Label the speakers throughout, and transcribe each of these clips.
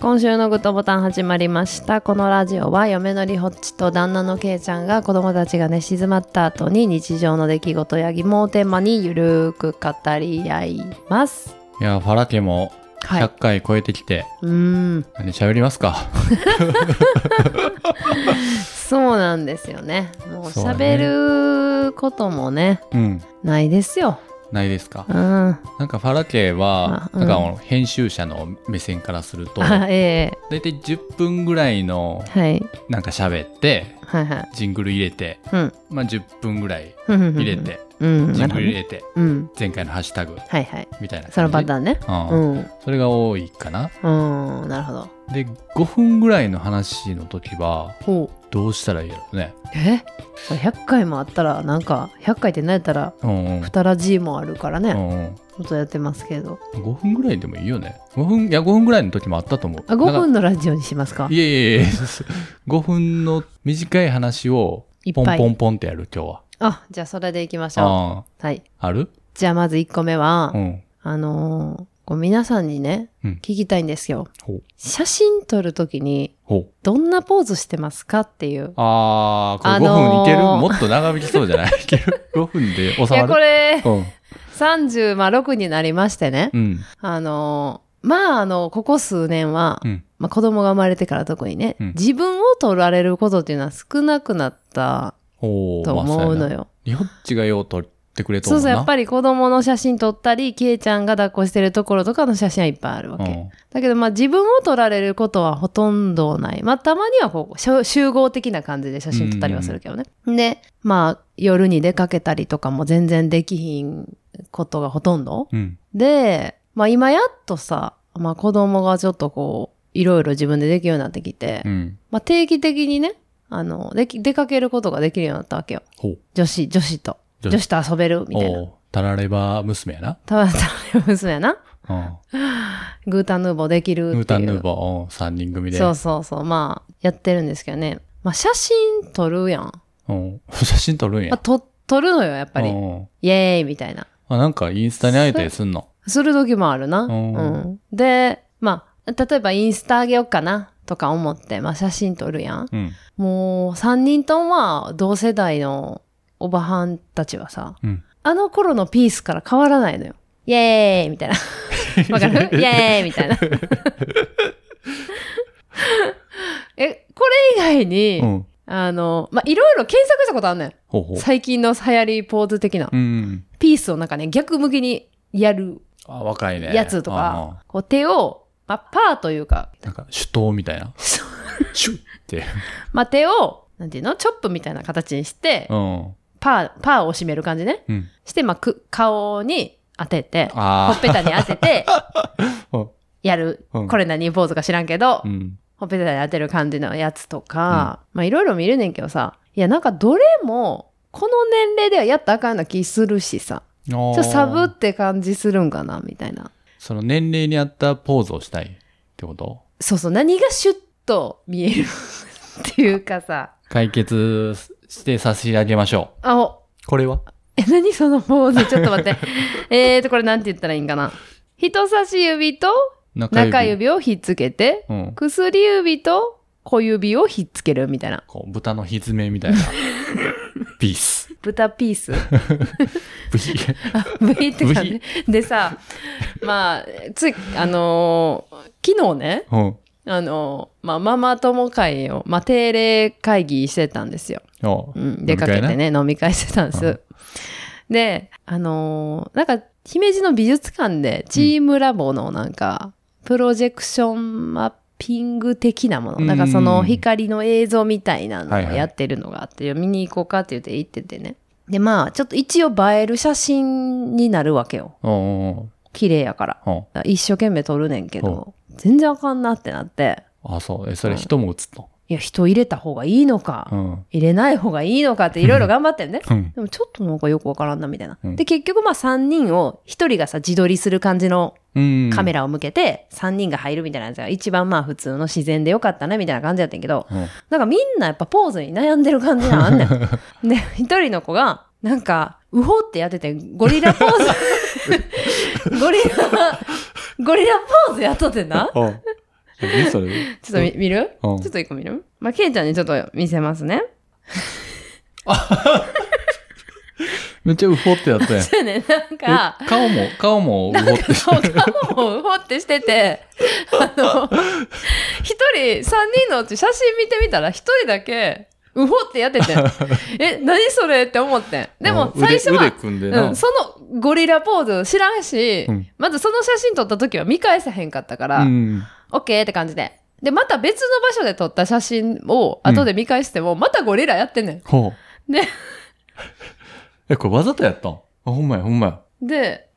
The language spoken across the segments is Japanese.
Speaker 1: 今週のグッドボタン始まりましたこのラジオは嫁のりほっちと旦那のけいちゃんが子供たちが寝静まった後に日常の出来事や疑問をテーマにゆるーく語り合います
Speaker 2: いや、ファラ家も
Speaker 1: はい
Speaker 2: 100回超えてきて、
Speaker 1: うーん
Speaker 2: 何喋りますか
Speaker 1: そうなんですよねもう
Speaker 2: そうだね
Speaker 1: 喋ることもね
Speaker 2: うん。
Speaker 1: ないですよ
Speaker 2: ないですか
Speaker 1: うん
Speaker 2: なんかファラ家は、
Speaker 1: あうん
Speaker 2: なんか編集者の目線からすると、
Speaker 1: あ ええ
Speaker 2: 大体10分ぐらいの
Speaker 1: はい
Speaker 2: なんか喋って、
Speaker 1: はいはい
Speaker 2: ジングル入れて、
Speaker 1: うん
Speaker 2: まあ10分ぐらい
Speaker 1: 入
Speaker 2: 入れて、
Speaker 1: うん
Speaker 2: ジ
Speaker 1: なるほ
Speaker 2: ングル
Speaker 1: ど
Speaker 2: 入
Speaker 1: ね
Speaker 2: れて、
Speaker 1: うん
Speaker 2: 前回のハッシュタグ
Speaker 1: はいはい
Speaker 2: みたいな感じ。
Speaker 1: そのパターンねう
Speaker 2: うん
Speaker 1: ん
Speaker 2: それが多いかな。
Speaker 1: うんなるほど
Speaker 2: で、5分ぐらいの話の時は、
Speaker 1: ほう
Speaker 2: どうしたらいいやろうね。
Speaker 1: えそれ100回もあったらなんか100回って何やったら
Speaker 2: うんうん。
Speaker 1: 2ラジもあるからね、
Speaker 2: うんうん
Speaker 1: ちょっとやってますけど
Speaker 2: 5分ぐらいでもいいよね5分いや5分ぐらいの時もあったと思う
Speaker 1: あ5
Speaker 2: なんか
Speaker 1: 分のラジオにしますか
Speaker 2: いやいや いや5分の短い話を
Speaker 1: いっ
Speaker 2: ポン
Speaker 1: ぱい
Speaker 2: ポンポンってやる今日は
Speaker 1: あじゃあそれでいきましょ
Speaker 2: あ
Speaker 1: うはい
Speaker 2: あある
Speaker 1: じゃあまず1個目は、
Speaker 2: うん
Speaker 1: あのーこう皆さんにね、
Speaker 2: うん
Speaker 1: 聞きたいんですよ
Speaker 2: ほう
Speaker 1: 写真撮るときに
Speaker 2: ほう
Speaker 1: どんなポーズしてますかっていう
Speaker 2: あーこれ
Speaker 1: あ
Speaker 2: 5
Speaker 1: のー
Speaker 2: 分いける、もっと長引きそうじゃない いける5分で収
Speaker 1: いやこ
Speaker 2: まる
Speaker 1: れ
Speaker 2: うん
Speaker 1: 36になりましてね、
Speaker 2: うん
Speaker 1: あのーまああのここ数年は、
Speaker 2: うん
Speaker 1: まあ、子供が生まれてから特にね、
Speaker 2: うん
Speaker 1: 自分を撮られることっていうのは少なくなった
Speaker 2: ほう
Speaker 1: と思うの
Speaker 2: よ
Speaker 1: よ。
Speaker 2: リホッチがよう取ってくれと
Speaker 1: そう
Speaker 2: 思うな
Speaker 1: そう、やっぱり子供の写真撮ったり、ケイちゃんが抱っこしてるところとかの写真はいっぱいあるわけ。
Speaker 2: うん
Speaker 1: だけど、まあ自分を撮られることはほとんどない。まあたまにはこう、しょ集合的な感じで写真撮ったりはするけどね。で、まあ夜に出かけたりとかも全然できひんことがほとんど。
Speaker 2: うん
Speaker 1: で、まあ今やっとさ、まあ子供がちょっとこう、いろいろ自分でできるようになってきて、
Speaker 2: うん
Speaker 1: まあ定期的にね、あの、でき出かけることができるようになったわけよ。
Speaker 2: ほう
Speaker 1: 女子、女子と。
Speaker 2: 女子
Speaker 1: 女子と遊べるみたいな
Speaker 2: お。うたられば娘やな
Speaker 1: ただただ娘やな。
Speaker 2: うん
Speaker 1: グータンヌーボーできるっていう。
Speaker 2: ムータンヌーボーうん3人組で
Speaker 1: そうそうそう。まあ、やってるんですけどね。まあ、写真撮るやん。
Speaker 2: うん、 写真撮るんや。
Speaker 1: まあ、撮、撮るのよ、やっぱり。
Speaker 2: うん
Speaker 1: イエーイみたいな。
Speaker 2: あ、なんかインスタに会えたりすんの。
Speaker 1: する時もあるな。う
Speaker 2: うん
Speaker 1: ん。で、まあ、例えばインスタあげようかなとか思って、まあ、写真撮るやん。
Speaker 2: うん。
Speaker 1: もう、3人ともは同世代のおばはんたちはさ、
Speaker 2: うん。
Speaker 1: あの頃のピースから変わらないのよ。イエーイみ たいな。わかるイエーイみたいな。え、これ以外に、
Speaker 2: うん。
Speaker 1: あの、まあ、いろいろ検索したことあんねん。
Speaker 2: ほうほう。
Speaker 1: 最近の流行りポーズ的な。
Speaker 2: うん。
Speaker 1: ピースをなんかね、逆向きにやる
Speaker 2: あ、若いね。
Speaker 1: やつとか、こう手を、まあ、パーというか、
Speaker 2: うん。なんか、手刀みたいな。
Speaker 1: そう
Speaker 2: シュッって。
Speaker 1: まあ、手を、なんていうのチョップみたいな形にして
Speaker 2: う、ん。
Speaker 1: パー、パーを締める感じね。
Speaker 2: うん。
Speaker 1: して、まあ、く、顔に当てて、ほ
Speaker 2: あ
Speaker 1: っぺたに当てて
Speaker 2: うん、
Speaker 1: やる。
Speaker 2: うん
Speaker 1: これ何ポーズか知らんけど
Speaker 2: あ。う、ん。
Speaker 1: ほっぺたに当てる感じのやつとか、まあいろいろ見るねんけどさ、いやなんかどれも、この年齢ではやったらあかんような気するしさ、
Speaker 2: ちょ
Speaker 1: ちょっとサブって感じするんかな、みたいな。
Speaker 2: その年齢に合ったポーズをしたいってこと
Speaker 1: そうそう、何がシュッと見えるっていうかさ、
Speaker 2: 解決して差し上げましょ
Speaker 1: あ、お、
Speaker 2: う。これは
Speaker 1: え、何そのポーズ、ちょっと待 って。えーと、これなんて言ったらいいんかな。人差し指と
Speaker 2: 中指。
Speaker 1: 中指をひっつけて、
Speaker 2: うん。
Speaker 1: 薬指と小指をひっつけるみたいな。
Speaker 2: こう、豚のひずめ みたいな。ピース。
Speaker 1: 豚ピース
Speaker 2: ブヒ。
Speaker 1: V って感じ。でさ、まあ、つい、あのー昨日ね、
Speaker 2: うん。
Speaker 1: あのーまあ、ママ友会を、まあ、定例会議してたんですよ。
Speaker 2: おう
Speaker 1: うん、出かけてね、飲み会してたんです。
Speaker 2: うん
Speaker 1: で、あのーなんか、姫路の美術館で、チームラボのなんか、プロジェクションマッピング的なもの、
Speaker 2: うん
Speaker 1: なんかその光の映像みたいなのを
Speaker 2: はいはい
Speaker 1: やってるのがあって、見に行こうかって言って行っててね。で、まあ、ちょっと一応映える写真になるわけよ。
Speaker 2: うんうん
Speaker 1: 綺麗やから。
Speaker 2: うん。うん。
Speaker 1: 一生懸命撮るねんけど、全然あかんなってなって、
Speaker 2: あ、そう。え、それ人も映ったの
Speaker 1: いや、人入れた方がいいのか、
Speaker 2: うん。
Speaker 1: 入れない方がいいのかっていろいろ頑張 ってんね。
Speaker 2: うん。
Speaker 1: でもちょっとなんかよくわからんなみたいな。
Speaker 2: うん
Speaker 1: で、結局まあ3人を、1人がさ、自撮りする感じの
Speaker 2: うん
Speaker 1: カメラを向けて、3人が入るみたいなやつが一番まあ普通の自然でよかったなみたいな感じやったんやけど、
Speaker 2: うん
Speaker 1: なんかみんなやっぱポーズに悩んでる感じなんあんねん。 で、1人の子が、なんか、うほってやってて、ゴリラポー ズ、ゴリラ、ゴリラポーズやっとってんな。
Speaker 2: うん何それ。
Speaker 1: ちょっと見見る
Speaker 2: うん
Speaker 1: ちょっと一個見るまあ、ケイちゃんにちょっと見せますね。
Speaker 2: めっちゃウホってやったやん。
Speaker 1: そうやね、なんか、
Speaker 2: え顔も、顔もウホってし
Speaker 1: 顔
Speaker 2: てる。
Speaker 1: もうほってしてて、あの、一人、三人のうち写真見てみたら、一人だけ、うほってやっててん、え、何それって思ってん。 でも、
Speaker 2: うん
Speaker 1: 最初は、
Speaker 2: 腕腕組んでな。
Speaker 1: うん、そのゴリラポーズ知らんし、
Speaker 2: うん
Speaker 1: まずその写真撮った時は見返せへんかったから、
Speaker 2: うん。
Speaker 1: オッケーって感じで。で、また別の場所で撮った写真を後で見返しても、またゴリラやってんね
Speaker 2: ほう。
Speaker 1: で。
Speaker 2: え、これわざとやったんあ、ほんまや、ほんまや。
Speaker 1: ん。で、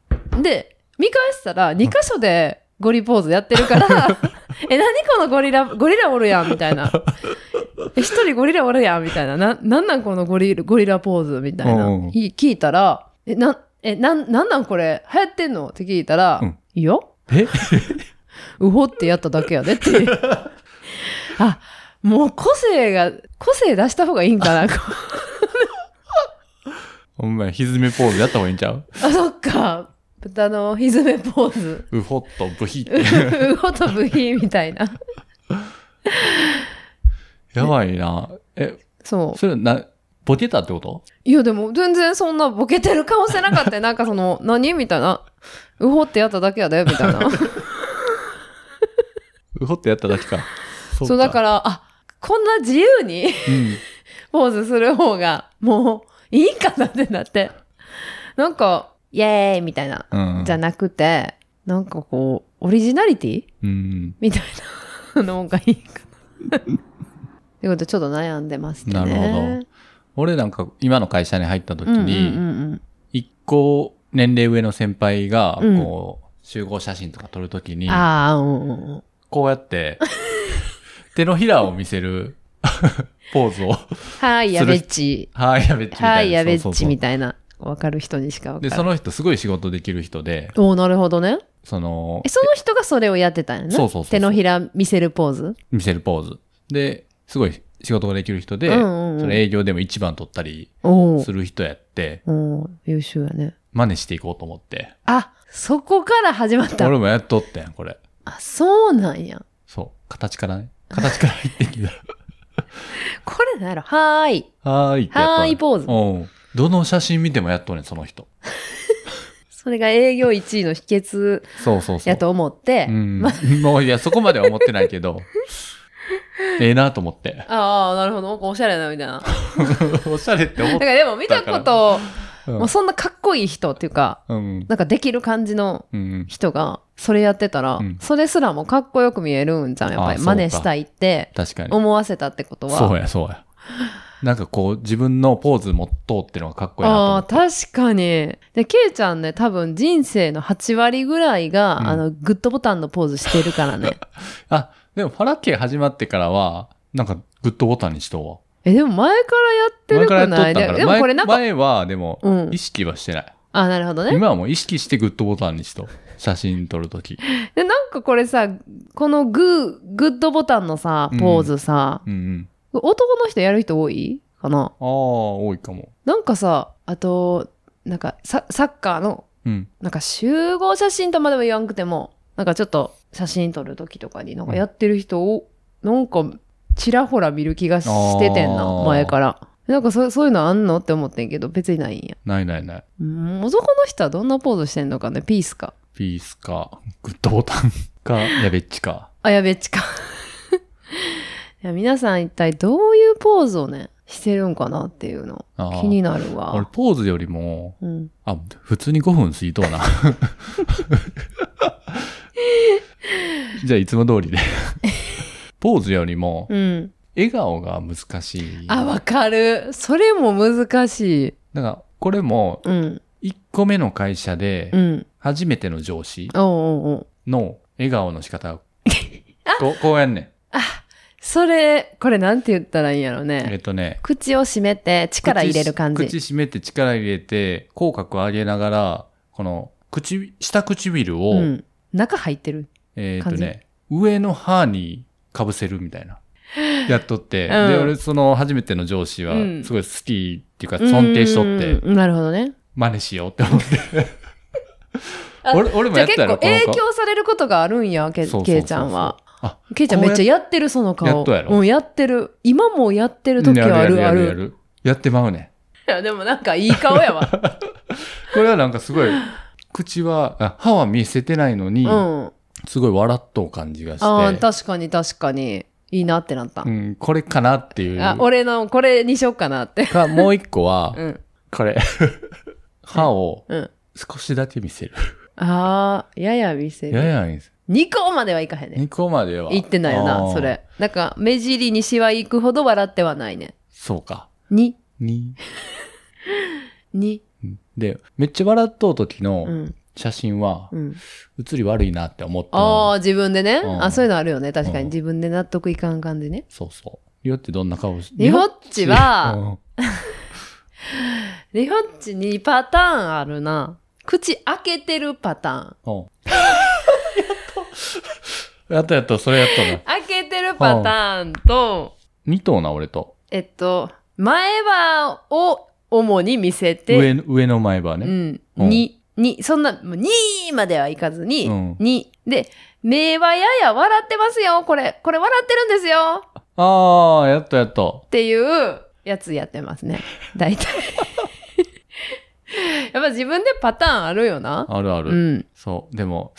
Speaker 1: で、見返したら2箇所でゴリポーズやってるから、え、何このゴリラ、ゴリラおるやんみたいな。え一人ゴリラおるやんみたいな。な、なんなんこのゴリラ、ゴリラポーズみたいな。
Speaker 2: うんうん
Speaker 1: い聞いたら、え、な、え、なん、なんなんこれ流行ってんのって聞いたら、
Speaker 2: うん
Speaker 1: いいよ
Speaker 2: え
Speaker 1: うほってやっただけやでっていうあ、もう個性が、個性出した方がいいんかな。こう
Speaker 2: ほんまや、歪めポーズやった方がいいんちゃう
Speaker 1: あ、そっか。豚のひずめポーズ。
Speaker 2: ウホッとブヒって。
Speaker 1: うほとブヒみたいな。
Speaker 2: やばいな。え、
Speaker 1: そう。
Speaker 2: それな、ボケたってこと
Speaker 1: いや、でも全然そんなボケてる顔してなかった よなんかその、何みたいな。うほってやっただけやで、みたい な。
Speaker 2: ウホッとやっただけか。そ。
Speaker 1: そう、だからら、あ、こんな自由に
Speaker 2: うん。
Speaker 1: ポーズする方が、もう、いいかなってなって。なんか、イエーイみたいな。
Speaker 2: うん。
Speaker 1: じゃなくて、なんかこう、オリジナリティ
Speaker 2: うん。
Speaker 1: みたいなのがいいかな。ということで、ちょっと悩んでましてね。
Speaker 2: なるほど俺なんか今の会社に入った時
Speaker 1: うんうんう
Speaker 2: に、
Speaker 1: ん
Speaker 2: 一個年齢上の先輩が、
Speaker 1: うん
Speaker 2: こう、集合写真とか撮るとき
Speaker 1: う
Speaker 2: に
Speaker 1: ん。、ああ、うんうんうん。
Speaker 2: こう やって、手のひらを見せる ポーズを、
Speaker 1: はい、やべっち。
Speaker 2: はい、やべっちみたいな。
Speaker 1: はい、やべっ
Speaker 2: そうそ
Speaker 1: ち
Speaker 2: うそう
Speaker 1: みたいな。わかる人にしかわか
Speaker 2: で、
Speaker 1: ら
Speaker 2: そ
Speaker 1: ない。
Speaker 2: の人すごい仕事できる人で、
Speaker 1: おおなるほどね。
Speaker 2: その
Speaker 1: え、、その人がそれをやってたんやね。
Speaker 2: そうそうそうそう
Speaker 1: 手のひら見せるポーズ。
Speaker 2: 見せるポーズ。で、すごい仕事ができる人で、
Speaker 1: うんうんうん
Speaker 2: その営業でも一番取ったり
Speaker 1: おお
Speaker 2: する人やって、
Speaker 1: おー優秀やね。
Speaker 2: 真似していこうと思って。
Speaker 1: あ、そこから始まった。
Speaker 2: 俺もやっとったやん、これ。
Speaker 1: あ、そうなんや。
Speaker 2: そう。形からね。形から入ってきた。
Speaker 1: これなんやろ。はーい。
Speaker 2: はーいってやったの。
Speaker 1: はーいポーズ
Speaker 2: うん。どの写真見てもやっとんねん、その人。
Speaker 1: それが営業1位の秘訣
Speaker 2: そうそうそう。
Speaker 1: やと思って、
Speaker 2: うん。もういや、そこまでは思ってないけど、 ええなと思って。
Speaker 1: ああ、なるほど。なんかおしゃれな、みたいな。だ
Speaker 2: おしゃれって思っ
Speaker 1: からでも見たこと、
Speaker 2: た。
Speaker 1: もうそんなかっこいい人っていうか、
Speaker 2: うん。
Speaker 1: なんかできる感じの
Speaker 2: うん。
Speaker 1: 人が、それやってたら、
Speaker 2: うん
Speaker 1: それすらもかっこよく見えるんじゃん。やっぱ
Speaker 2: あ
Speaker 1: り
Speaker 2: そうか
Speaker 1: 真似したいって
Speaker 2: 確かに。
Speaker 1: 思わせたってことは。
Speaker 2: そうや、そうや。なんかこう、自分のポーズ持っとうってのがかっこいいなと
Speaker 1: あ
Speaker 2: 思
Speaker 1: あ
Speaker 2: っ
Speaker 1: ー、
Speaker 2: て。
Speaker 1: 確かに。で、ケイちゃんね、多分人生の8割ぐらいが、
Speaker 2: うん
Speaker 1: あの、グッドボタンのポーズしてるから ね。
Speaker 2: あ、でも、ファラッケ始まってからは、なんか、グッドボタンにしとうわ。
Speaker 1: え、でも前からやって
Speaker 2: 前
Speaker 1: るく
Speaker 2: からやっとっ
Speaker 1: な
Speaker 2: た
Speaker 1: い
Speaker 2: から。
Speaker 1: ででもこれなんか、
Speaker 2: 前前は、でも、
Speaker 1: うん
Speaker 2: 意。識はしてない。
Speaker 1: あ、なるほどね。
Speaker 2: 今はもう意識してグッドボタンにしとう。写真撮るとき。
Speaker 1: で、なんかこれさ、このグー、グッドボタンのさ、ポーズさ、
Speaker 2: うんうん。
Speaker 1: 男の人やる人多いかな
Speaker 2: ああ、多いかも。
Speaker 1: なんかさ、あと、なんかササッカーの、
Speaker 2: うん。
Speaker 1: なんか集合写真とまでは言わんくても、なんかちょっと写真撮るときとかになんかやってる人を、なんかちらほら見る気がしててんな
Speaker 2: あ、ー
Speaker 1: 前から。なんかそそういうのあんのって思ってんけど、別にないんや。
Speaker 2: ないないない。
Speaker 1: うん、男の人はどんなポーズしてんのかねピースか。
Speaker 2: ピースか、グッドボタン か、やべっちか。
Speaker 1: あ、やべっちか。 いや、皆さん一体どういうポーズをね、してるんかなっていうの。
Speaker 2: あー
Speaker 1: 気になる
Speaker 2: 俺、
Speaker 1: わ。
Speaker 2: ポーズよりも、
Speaker 1: うん。
Speaker 2: あ、普通に5分過ぎとう な。じゃあ、いつも通りで。ポーズよりも、
Speaker 1: うん。
Speaker 2: 笑顔が難しい。
Speaker 1: あ、わかる。それも難しい。
Speaker 2: だから、これも、
Speaker 1: うん。
Speaker 2: 1個目の会社で
Speaker 1: う、ん。
Speaker 2: 初めての上司
Speaker 1: おうおうおう。
Speaker 2: の笑顔の仕方 を、こうこうやんねん。
Speaker 1: それ、これなんて言ったらいいんやろ
Speaker 2: えっ
Speaker 1: ね。
Speaker 2: とね、
Speaker 1: 口を閉めて力入れる感
Speaker 2: 口
Speaker 1: じ。
Speaker 2: 口閉めて力入れて、口角を上げながら、この、口、下唇を、
Speaker 1: うん。中入ってる。
Speaker 2: えーっとね、上の歯にかぶせるみた いな。やっとって。
Speaker 1: うん
Speaker 2: で、俺、その、初めての上司は
Speaker 1: うん、
Speaker 2: すごい好きっていうか、尊敬しとって、
Speaker 1: うん。なるほどね。
Speaker 2: 真似しようって思って。
Speaker 1: あ
Speaker 2: 俺、俺も
Speaker 1: じゃ
Speaker 2: やっ
Speaker 1: あ結
Speaker 2: たやろ、
Speaker 1: 構
Speaker 2: この
Speaker 1: 影
Speaker 2: 子。
Speaker 1: 響されることがあるんや、け
Speaker 2: そうそうそうそう
Speaker 1: けいちゃんは。
Speaker 2: あ
Speaker 1: ケイちゃん
Speaker 2: こ
Speaker 1: めっ
Speaker 2: うやっ
Speaker 1: ちゃやってる、その顔。
Speaker 2: やっとやろ
Speaker 1: うん、やってる。今もやってる時はある
Speaker 2: や
Speaker 1: あ
Speaker 2: やや
Speaker 1: る。
Speaker 2: る。やってまうね。
Speaker 1: いや、でもなんかいい顔やわ。
Speaker 2: これはなんかすごい、口は、あ歯は見せて ないの
Speaker 1: う
Speaker 2: に、
Speaker 1: ん。あ
Speaker 2: すごい笑っとう感じが
Speaker 1: あ
Speaker 2: し
Speaker 1: ー、
Speaker 2: て、
Speaker 1: 確かに確かに。いいなってなった
Speaker 2: う。ん、これかなっていう。
Speaker 1: あ、俺のこれにしよっかなって。
Speaker 2: か、もう一個は
Speaker 1: う、ん。
Speaker 2: これ。歯を
Speaker 1: うん。
Speaker 2: 少しだけ見せる。
Speaker 1: ああ、やや見せ
Speaker 2: いやい
Speaker 1: る。
Speaker 2: やいいです。
Speaker 1: 2個まではいかへんね。
Speaker 2: 2個までは。
Speaker 1: いってないよ
Speaker 2: あー
Speaker 1: な、そ。れ。なんか、目尻にしわ行くほど笑ってはないね。
Speaker 2: そうか。
Speaker 1: に、
Speaker 2: に。
Speaker 1: に、
Speaker 2: で、めっちゃ笑っとう時
Speaker 1: う
Speaker 2: の
Speaker 1: ん、
Speaker 2: 写真は
Speaker 1: う、ん。
Speaker 2: 写り悪いなって思った
Speaker 1: あ
Speaker 2: の。
Speaker 1: あ、自分でね。
Speaker 2: うん
Speaker 1: あ、そういうのあるよね。確か
Speaker 2: う
Speaker 1: に
Speaker 2: ん
Speaker 1: 自分で納得いかん感じね。
Speaker 2: そうそう。りょってどんな顔し
Speaker 1: リホッチは
Speaker 2: うん
Speaker 1: リホッチにパターンあるな。口開けてるパターン。
Speaker 2: うん。やった。やったやった、それやったな。
Speaker 1: 開けてるパターンと、
Speaker 2: 2頭な、俺と。
Speaker 1: えっと、前歯を主に見せて、
Speaker 2: 上の、上の前歯ね。
Speaker 1: う、
Speaker 2: うんん
Speaker 1: に、に、そんな、もうにまではいかずに、
Speaker 2: うん
Speaker 1: に、で、目はやや笑ってますよ、これ、これ笑ってるんですよ
Speaker 2: ああ、やったやった。
Speaker 1: っていうやつやってますね。大体。 やっぱ自分でパターンあるよな。
Speaker 2: あるある。
Speaker 1: うん。
Speaker 2: そう。でも、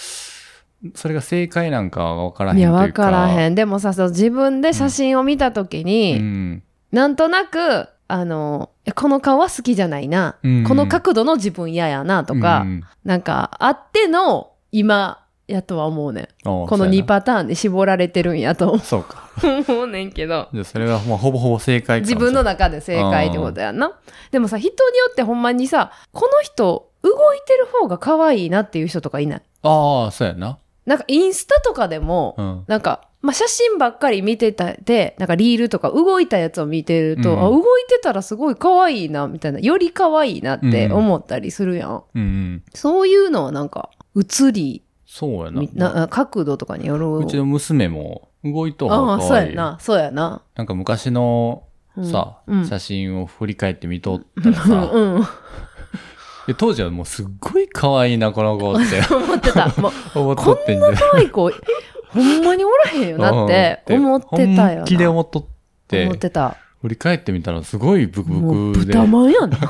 Speaker 2: それが正解なんかは分からへん
Speaker 1: い
Speaker 2: とい
Speaker 1: や、
Speaker 2: うか。
Speaker 1: わからへ
Speaker 2: ん。
Speaker 1: ん。でもさ、そう自分で写真を見たときに、
Speaker 2: うん。
Speaker 1: なんとなく、あの、えこの顔は好きじゃないな。
Speaker 2: うん
Speaker 1: この角度の自分嫌やなとか、
Speaker 2: うん
Speaker 1: なんか、あっての今やとは思うねん。
Speaker 2: ああ
Speaker 1: この
Speaker 2: そうや
Speaker 1: 2
Speaker 2: な
Speaker 1: パターンで絞られてるんやと
Speaker 2: そうか。
Speaker 1: 思うねんけど。
Speaker 2: じゃあそれがもうほぼほぼ正解かもし
Speaker 1: 自
Speaker 2: れな
Speaker 1: 分の
Speaker 2: い
Speaker 1: 中で正解ってことやんな。でもさ、人によってほんまにさ、この人動いてる方が可愛いなっていう人とかいない。
Speaker 2: ああ、そうやな。
Speaker 1: なんかインスタとかでも、
Speaker 2: うん。
Speaker 1: なんか、まあ、写真ばっかり見てたで、なんかリールとか動いたやつを見てると、
Speaker 2: うん
Speaker 1: あ、動いてたらすごい可愛いな、みたいな、より可愛いなって思ったりするやん。
Speaker 2: うんうん。
Speaker 1: そういうのはなんか、写り、
Speaker 2: そうやな。
Speaker 1: みな角度とかによる。
Speaker 2: うちの娘も動いとう
Speaker 1: あ
Speaker 2: 方
Speaker 1: あ、
Speaker 2: が
Speaker 1: そう
Speaker 2: 可
Speaker 1: や
Speaker 2: 愛い
Speaker 1: な、そうやな。
Speaker 2: なんか昔の
Speaker 1: うん
Speaker 2: さ、
Speaker 1: うん
Speaker 2: 写真を振り返って見とったらさ、
Speaker 1: うん、うん
Speaker 2: で当時はもうすっごい可愛いな、この子って
Speaker 1: 思ってた。もう、
Speaker 2: 思っとっ てんじゃない
Speaker 1: 可愛い子、ほんまにおらへんよなって思ってたよな。
Speaker 2: 本気で思っとって
Speaker 1: 思ってた。
Speaker 2: 振り返ってみたらすごいブク
Speaker 1: もう
Speaker 2: ブクで
Speaker 1: 豚まんやな。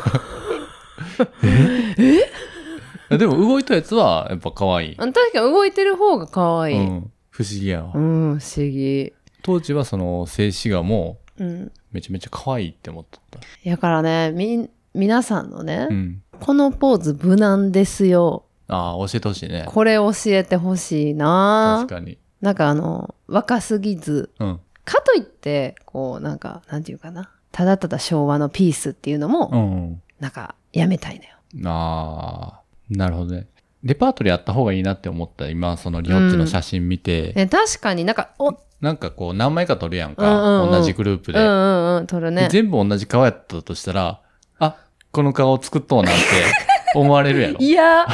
Speaker 2: でも動いたやつはやっぱ可愛い、
Speaker 1: 確かに動いてる方が可愛
Speaker 2: う
Speaker 1: い。
Speaker 2: ん、不思議やわ、
Speaker 1: うん、不思議。
Speaker 2: 当時はその静止画も
Speaker 1: うん。
Speaker 2: めちゃめちゃ可愛いって思っとった、
Speaker 1: やからね、みん、皆さんのね、
Speaker 2: うん、
Speaker 1: このポーズ無難ですよ。
Speaker 2: ああ教えてほしいね
Speaker 1: これ教えてほしいな
Speaker 2: 確かに、
Speaker 1: なんかあの、若すぎず。
Speaker 2: うん
Speaker 1: かといって、こう、なんか、なんていうかな。ただただ昭和のピースっていうのも、
Speaker 2: うん、
Speaker 1: なんか、やめたいのよ。
Speaker 2: ああなるほどねレパートリーあった方がいいなって思った今そのリオッチの写真見て、
Speaker 1: ね、確かになんか、お、うん
Speaker 2: なんかこう何枚か撮るやんか、
Speaker 1: うんうんうん
Speaker 2: 同じグループ
Speaker 1: う
Speaker 2: で、
Speaker 1: んうん、取るね。
Speaker 2: 全部同じ顔やったとしたらあこの顔作っとうなんて思わ れるやろ
Speaker 1: い や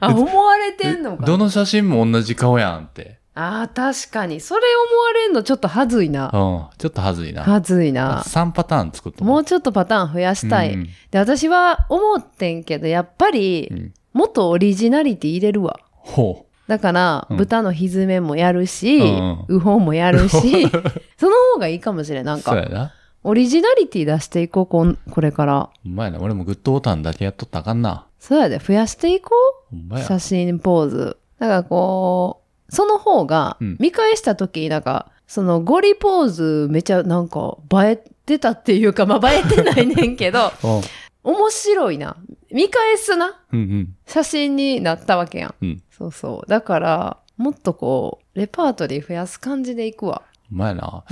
Speaker 1: あ、思われてんのか
Speaker 2: どの写真も同じ顔やんって。
Speaker 1: あー確かに。それ思われんのちょっとはずい
Speaker 2: うん。
Speaker 1: な
Speaker 2: ち。ょっとはずいな。
Speaker 1: はずいな。
Speaker 2: 3パターン作った
Speaker 1: もうちょっとパターン増やしたい。
Speaker 2: うん
Speaker 1: で、私は思ってんけど、やっぱ
Speaker 2: う
Speaker 1: り、
Speaker 2: ん
Speaker 1: もっとオリジナリティ入れるわ。
Speaker 2: ほ
Speaker 1: だから、
Speaker 2: うん
Speaker 1: 豚のひずめもやるし、
Speaker 2: うん
Speaker 1: ウホもやるし、 その方がいいかもしれん。な
Speaker 2: う。
Speaker 1: ん
Speaker 2: そうや
Speaker 1: か、
Speaker 2: な。
Speaker 1: オリジナリティ出していこう、こんこれから。
Speaker 2: ほんまやな。俺もグッドボタンだけやっとったらあかんな。
Speaker 1: そうやで、増やしていこ
Speaker 2: ほん
Speaker 1: う。
Speaker 2: まや。
Speaker 1: 写真ポーズ。だからこう、その方が
Speaker 2: うん、
Speaker 1: 見返した時になんか、そのゴリポーズめちゃなんか映えてたっていうか、まあ映えてないねんけ ど、
Speaker 2: うん
Speaker 1: 面白いな。見返すな。
Speaker 2: うんうん。
Speaker 1: 写真になったわけやん。
Speaker 2: うん
Speaker 1: そうそう。だから、もっとこう、レパートリー増やす感じでいくわ。
Speaker 2: ほんまやな。だか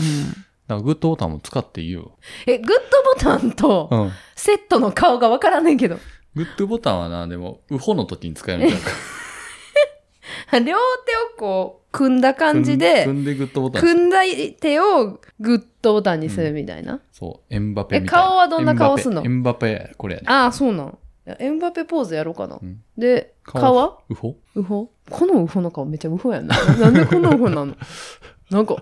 Speaker 2: らグッドボタンも使っていいよ。
Speaker 1: え、グッドボタン
Speaker 2: う
Speaker 1: と
Speaker 2: ん。
Speaker 1: セットの顔がわからんねんけど。
Speaker 2: グッドボタンはな、でも、ウホの時に使えるんじゃんか。
Speaker 1: 両手をこう、組んだ 感じで、
Speaker 2: 組んでグッドボタン。
Speaker 1: 組んだ手をグッドボタンにするみたいな。
Speaker 2: そう、エンバペみたい
Speaker 1: え顔はどんな顔すんの
Speaker 2: エンバペ、エンバペこれやね。
Speaker 1: ああ、そうなん。いやエンバペポーズやろうかな。
Speaker 2: うん
Speaker 1: で、顔は
Speaker 2: ウホ
Speaker 1: ウホこのウホの顔めっちゃウホやんな。 なんでこのウホ なのなんか、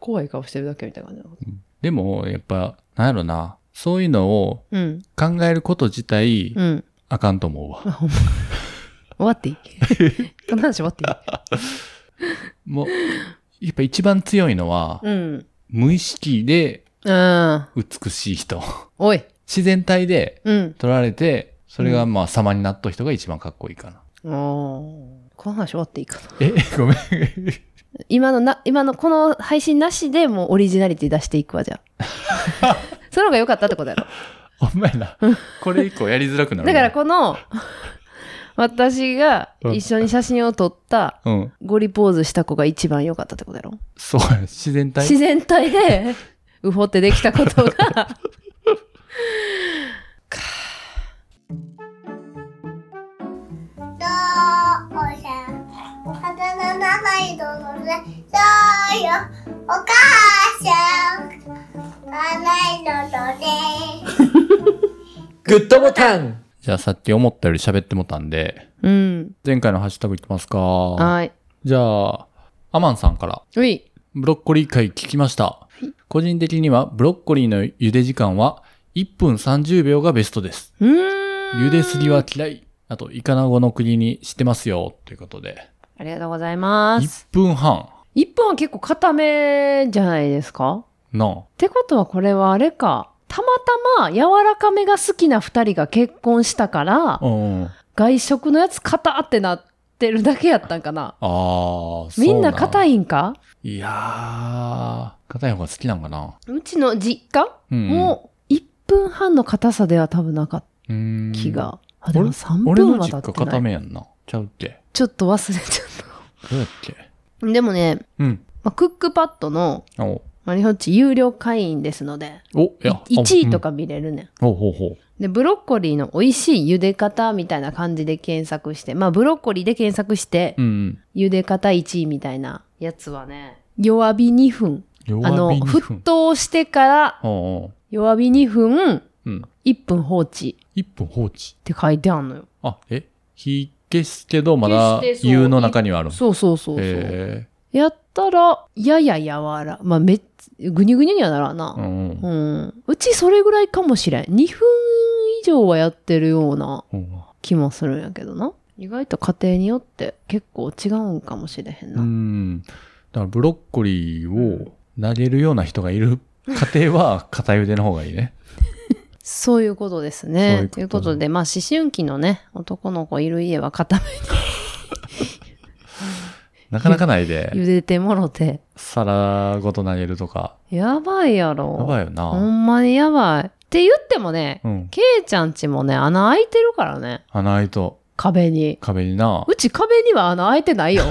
Speaker 1: 怖い顔してるだけみたいな感じなの。
Speaker 2: でも、やっぱ、なんやろな。そういうのを
Speaker 1: うん。
Speaker 2: 考えること自体、
Speaker 1: うん。
Speaker 2: あかんと思うわ。
Speaker 1: あほんま 終わっていいこの話終わっていい
Speaker 2: もう、やっぱ一番強いのは、
Speaker 1: うん。
Speaker 2: 無意識で
Speaker 1: うん。
Speaker 2: 美しい人。
Speaker 1: おい。
Speaker 2: 自然体で
Speaker 1: うん。
Speaker 2: 取られて、それがまあ様になった人が一番かっこいいかな。
Speaker 1: おーこの話終わっていいかな。
Speaker 2: え、ごめん。
Speaker 1: 今のな、今のこの配信なしでもうオリジナリティ出していくわ、じゃあ。 その方が良かったってことやろ。
Speaker 2: お前な。これ以降やりづらくなる
Speaker 1: だ
Speaker 2: ね。
Speaker 1: からこの、私が一緒に写真を撮った
Speaker 2: うん。
Speaker 1: ゴリポーズした子が一番良かったってことやろ。
Speaker 2: そうや、自然体。
Speaker 1: 自然体 で、ウホってできたことが、
Speaker 3: どうおじゃお花の名前どうぞねどうよお母さん甘いのどね
Speaker 4: グッドボタン
Speaker 2: じゃあさっき思ったより喋ってもたんで、
Speaker 1: うん。
Speaker 2: 前回のハッシュタグいきますか。
Speaker 1: はい。
Speaker 2: じゃあ、アマンさんから。
Speaker 1: うい。
Speaker 2: ブロッコリー会聞きました。個人的にはブロッコリーの茹で時間は1分30秒がベストです。
Speaker 1: うーん。
Speaker 2: 茹ですぎは嫌い。あと、イカナゴの国にしてますよ。ということで。
Speaker 1: ありがとうございます。
Speaker 2: 1分半。
Speaker 1: 一本は結構固めじゃないですか
Speaker 2: な
Speaker 1: ってことはこれはあれか。たまたま柔らかめが好きな二人が結婚したから
Speaker 2: あ。、うんうん。あ
Speaker 1: 外食のやつ硬ってなってるだけやったんかな。
Speaker 2: あー、そう
Speaker 1: みんな硬
Speaker 2: い。
Speaker 1: いんか
Speaker 2: いやー、硬い方が好きなんかな。
Speaker 1: うちの実家
Speaker 2: うん、
Speaker 1: も1分半の硬さでは多分なかった
Speaker 2: うーん
Speaker 1: 気。が。あ、でも3
Speaker 2: 俺
Speaker 1: 分
Speaker 2: の
Speaker 1: は
Speaker 2: 実
Speaker 1: 経
Speaker 2: 家
Speaker 1: ってな
Speaker 2: 固
Speaker 1: い。
Speaker 2: めやんな。ちゃうっけ。
Speaker 1: ちょっと忘れちゃっ
Speaker 2: どうやっけ。
Speaker 1: た。でもね、
Speaker 2: うん。
Speaker 1: まあ、クックパッドの
Speaker 2: お、
Speaker 1: マリホッチ有料会員ですので、
Speaker 2: お、いや。
Speaker 1: 1位とか
Speaker 2: か。
Speaker 1: 見れるねん。
Speaker 2: うんほうほうほう。
Speaker 1: で、ブロッコリーの美味しい茹で方みたいな感じで検索して、まあ、ブロッコリーで検索して
Speaker 2: う、ん
Speaker 1: 茹で方1位みたいなやつはね、弱火2分。
Speaker 2: うん。
Speaker 1: あの、
Speaker 2: 弱火
Speaker 1: 沸
Speaker 2: 2分。
Speaker 1: 騰してから
Speaker 2: おうおう
Speaker 1: 弱火2分、
Speaker 2: うん。
Speaker 1: 1分放置っ
Speaker 2: 1分放置。
Speaker 1: て書いてあるのよ。
Speaker 2: あ、え火消すけど、まだ
Speaker 1: 消してそう
Speaker 2: 湯の中にはある。
Speaker 1: そうそうそうそう。
Speaker 2: へ
Speaker 1: やったら、やや柔ら、まあ、めっ、ぐにゅぐにゅにはならん
Speaker 2: え。う
Speaker 1: な。
Speaker 2: ん
Speaker 1: う。ん。うちそれぐらいかもしれん。2分以上はやってるような
Speaker 2: うん
Speaker 1: 気もするんやけどな。意外と家庭によって結構違うんかもしれへん
Speaker 2: う
Speaker 1: な。
Speaker 2: ん。だから、ブロッコリーを投げるような人がいる家庭は、片茹での方がいいね。
Speaker 1: そういうことですね。
Speaker 2: そういうことだ
Speaker 1: ということで、まあ思春期のね、男の子いる家は固
Speaker 2: なかなかない
Speaker 1: め茹
Speaker 2: で、
Speaker 1: でてもろて。
Speaker 2: 皿ごと投げるとか。
Speaker 1: やばいやろ。
Speaker 2: やばいよ
Speaker 1: ほ
Speaker 2: な。
Speaker 1: んまにやばい。って言ってもね、
Speaker 2: うん。
Speaker 1: ケイちゃんちもね、穴開いてるからね。
Speaker 2: 穴開いと
Speaker 1: 壁に。
Speaker 2: 壁にな。
Speaker 1: うち壁には穴開いてないよ。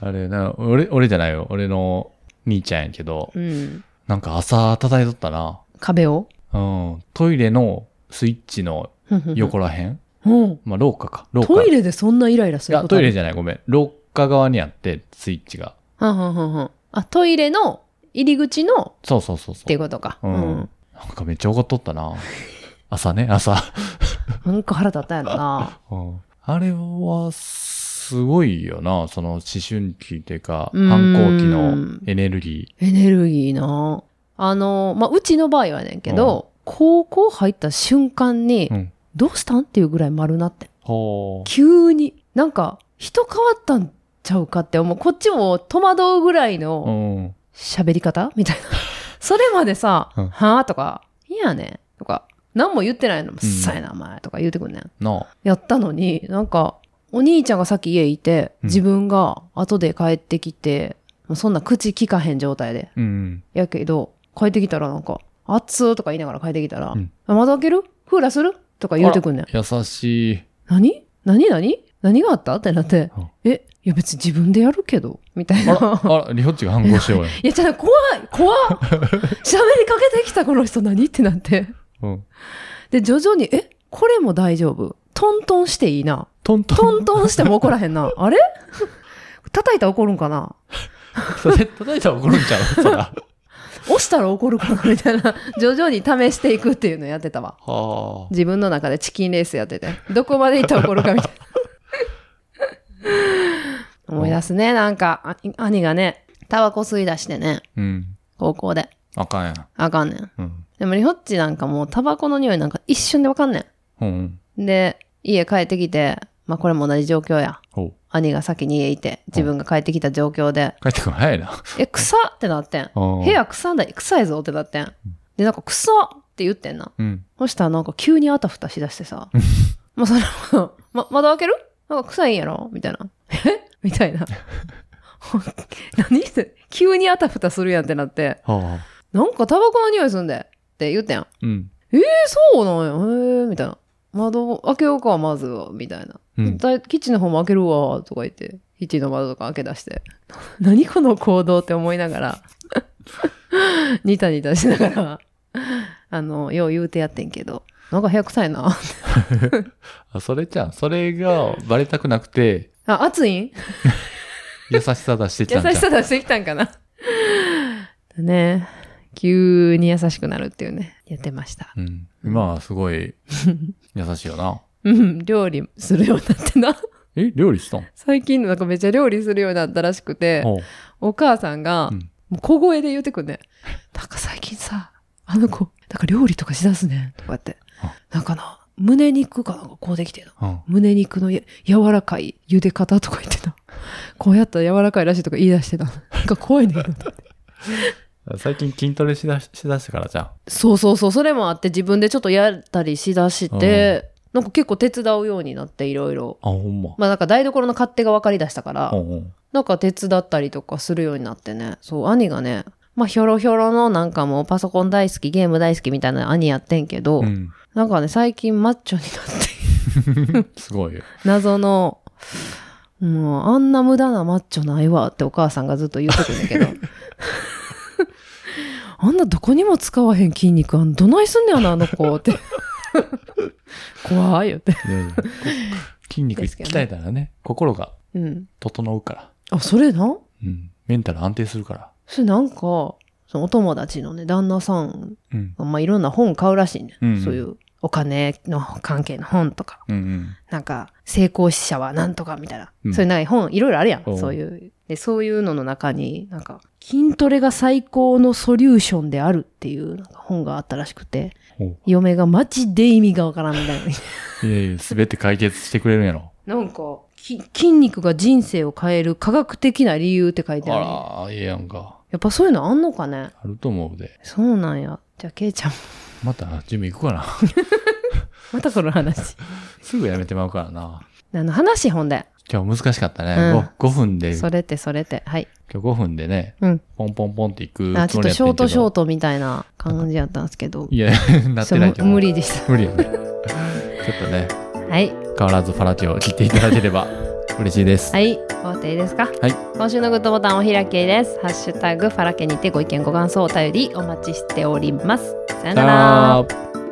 Speaker 2: あれな、俺、俺じゃないよ。俺の兄ちゃんやけど、
Speaker 1: うん。
Speaker 2: なんか朝叩いとったな。
Speaker 1: 壁を
Speaker 2: うん。トイレのスイッチの横らへん。
Speaker 1: うん。
Speaker 2: まあ、廊下か。廊下。
Speaker 1: トイレでそんなイライラす
Speaker 2: い
Speaker 1: る
Speaker 2: や、
Speaker 1: こと
Speaker 2: ト
Speaker 1: あ
Speaker 2: イ
Speaker 1: る
Speaker 2: レじゃない、ごめん。廊下側にあって、スイッチが。
Speaker 1: うんうんうんうんあ、トイレの入り口の
Speaker 2: そうそうそうそう。
Speaker 1: っていうことか。
Speaker 2: うん。
Speaker 1: うん。
Speaker 2: なんかめっちゃ怒っとったな。朝ね、朝。
Speaker 1: なんか腹立ったんやろ な。
Speaker 2: うん、あれは、すごいよな。その思春期っていうか、
Speaker 1: うーん
Speaker 2: 反抗期のエネルギ
Speaker 1: エネルギーな。あの、まあ、うちの場合はねんけど、高校入った瞬間に、
Speaker 2: うん
Speaker 1: どうしたんっていうぐらい丸なってん。
Speaker 2: ー。ほ。
Speaker 1: 急に。なんか、人変わったんちゃうかって思う。こっちも戸惑うぐらいう
Speaker 2: う
Speaker 1: の
Speaker 2: ん。
Speaker 1: 喋り方みたいな。 それまでさ、
Speaker 2: うん
Speaker 1: はぁとか、いいやねとか、何も言ってないの、さっさいな、お前とか言うてくんねん。
Speaker 2: なあ。
Speaker 1: やったのに、なんか、お兄ちゃんがさっき家いて、
Speaker 2: うん
Speaker 1: 自分が後で帰ってきて、もうそんな口聞かへん状態で。
Speaker 2: うん。
Speaker 1: やけど、帰ってきたらなんか、熱ーとか言いながら帰ってきたら、
Speaker 2: うん
Speaker 1: あ窓開けるクーラーするとか言うてくんねん。
Speaker 2: 優しい。
Speaker 1: 何何何何があったってなって
Speaker 2: うん、
Speaker 1: え、いや別に自分でやるけど、みたい
Speaker 2: あら
Speaker 1: な、。
Speaker 2: あら、リホッチが反抗しようや。
Speaker 1: いや、ちょっと怖い怖っ喋りかけてきたこの人何ってなって。
Speaker 2: うん。
Speaker 1: で、徐々に、え、これも大丈夫。トントンしていいな。
Speaker 2: トントン。
Speaker 1: トントンしても怒らへんな。あれ叩いたら怒るんかな
Speaker 2: 叩いたら怒るんちゃうそら。
Speaker 1: 押したら怒るかなみたいな。徐々に試していくっていうのやってたわ。
Speaker 2: はあ。
Speaker 1: 自分の中でチキンレースやってて。どこまで行ったら怒るかみたいな。思い出すね。なんか、あ兄がね、タバコ吸い出してね、
Speaker 2: うん。
Speaker 1: 高校で。
Speaker 2: あかんやん。
Speaker 1: あかんねん。
Speaker 2: うん。
Speaker 1: でもリホッチなんかもうタバコの匂いなんか一瞬でわかんね
Speaker 2: うん。
Speaker 1: ん。で、家帰ってきて、まあこれも同じ状況や。
Speaker 2: おう
Speaker 1: 兄が先に家いて、自分が帰ってきた状況で、
Speaker 2: 帰ってくるの早いな。
Speaker 1: え、臭ってなってん。
Speaker 2: おう
Speaker 1: 部屋臭ない、臭いぞってなってん。で、なんか臭って言ってんな。
Speaker 2: うん。
Speaker 1: そしたらなんか急にあたふたしだして さ。もうそれも、 ま、窓開けるなんか臭いんやろみたいな。え みたいな。何して急にあたふたするやんってなって、
Speaker 2: はあ。
Speaker 1: なんかタバコの匂いすんでって言ってん。
Speaker 2: うん。
Speaker 1: えー、そうなんや。へえー、みたいな。窓開けようか、まずは、みたいな。
Speaker 2: うん
Speaker 1: だいキッチンの方も開けるわ、とか言って、キッチンの窓とか開け出して。 何この行動って思いながら、 ニタニタしながら、 あの、よう言うてやってんけど、なんか部屋臭いな。
Speaker 2: あ、それじゃん。それがバレたくなくて、
Speaker 1: あ、暑いん
Speaker 2: 優しさ出してき
Speaker 1: 優
Speaker 2: たんじゃん。
Speaker 1: しさ出してきたんかな。 だね。急に優しくなるっていうね、やってました。
Speaker 2: うん。今はす ごい、優しいよな。
Speaker 1: うん、料理するようになってな。
Speaker 2: え、料理したん
Speaker 1: 最近なんかめっちゃ料理するようになったらしくて、
Speaker 2: おう
Speaker 1: お母さんが
Speaker 2: うん、
Speaker 1: もう小声で言ってくんね。なんか最近さ、あの子、なんか料理とかしだすねん。とかって
Speaker 2: あ。
Speaker 1: なんかな、胸肉かなんかこうできてんの。
Speaker 2: うん。
Speaker 1: 胸肉のや柔らかい茹で方とか言ってた。こうやったら柔らかいらしいとか言い出してた。なんか怖いねんけど。
Speaker 2: 最近筋トレしだししだしたからじゃん。
Speaker 1: そうそうそう、それもあって自分でちょっとやったりしだして、なんか結構手伝うようになっていろいろ。
Speaker 2: あ、ほんま。
Speaker 1: まあなんか台所の勝手が分かりだしたから、
Speaker 2: うんうん。
Speaker 1: なんか手伝ったりとかするようになってね。そう、兄がね、まあ、ひょろひょろのなんかもうパソコン大好き、ゲーム大好きみたいな兄やってんけど、
Speaker 2: うん。
Speaker 1: なんかね、最近マッチョになって、
Speaker 2: すごいよ。
Speaker 1: 謎の、もう、あんな無駄なマッチョないわってお母さんがずっと言ってくるんだ けど。あんなどこにも使わへん筋肉あんどないすんねやなあの子 って。怖いよって。
Speaker 2: いやいやこ筋肉
Speaker 1: ですけど
Speaker 2: 鍛えたらね、心が
Speaker 1: うん。
Speaker 2: 整うから。
Speaker 1: あ、それな
Speaker 2: うん。メンタル安定するから。
Speaker 1: それなんか、そのお友達のね、旦那さん
Speaker 2: うん。
Speaker 1: まあ、いろんな本買うらしいね、
Speaker 2: うん
Speaker 1: そういうお金の関係の本とか、
Speaker 2: うんうん。
Speaker 1: なんか成功者はなんとかみたいな、
Speaker 2: うん
Speaker 1: そういうなんか本いろいろあるやん、
Speaker 2: おう
Speaker 1: そういう。で、そういうのの中に、なんか、筋トレが最高のソリューションであるっていうなんか本があったらしくて、
Speaker 2: おう
Speaker 1: 嫁がマジで意味がわからんみたい な。
Speaker 2: いやいや、すべて解決してくれるんやろ。
Speaker 1: なんか、き筋肉が人生を変える科学的な理由って書いてあるね、
Speaker 2: あら、ええやんか。
Speaker 1: やっぱそういうのあんのかね
Speaker 2: あると思うで。
Speaker 1: そうなんや。じゃあ、ケイちゃん、
Speaker 2: また、ジム行くかな。
Speaker 1: またこの 話。
Speaker 2: すぐやめてまうからな。
Speaker 1: あの、話本で。
Speaker 2: 今日難しかった
Speaker 1: う
Speaker 2: ね
Speaker 1: ん。
Speaker 2: ご 5, 分で、
Speaker 1: そ
Speaker 2: 今
Speaker 1: れってそれって。はい。
Speaker 2: 日5分でね、
Speaker 1: うん。
Speaker 2: ポンポンポンっていくつもりや
Speaker 1: あ、
Speaker 2: っ
Speaker 1: ち
Speaker 2: て
Speaker 1: ょ
Speaker 2: ん
Speaker 1: っ
Speaker 2: け
Speaker 1: と
Speaker 2: ど。
Speaker 1: ショートショートみたいな感じやったんですけど。
Speaker 2: いや、なってない
Speaker 1: ち
Speaker 2: け
Speaker 1: ょ
Speaker 2: ど。
Speaker 1: 無理でした。
Speaker 2: 無理やね。ちょっとね、
Speaker 1: はい。
Speaker 2: 変わらずパラティを切っていただければ嬉しいです。
Speaker 1: はい。終わっていいですか
Speaker 2: はい
Speaker 1: 今週のグッドボタンお開きです。ハッシュタグ、ファラケにてご意見ご感想お便りお待ちしております。さよなら。
Speaker 2: さよなら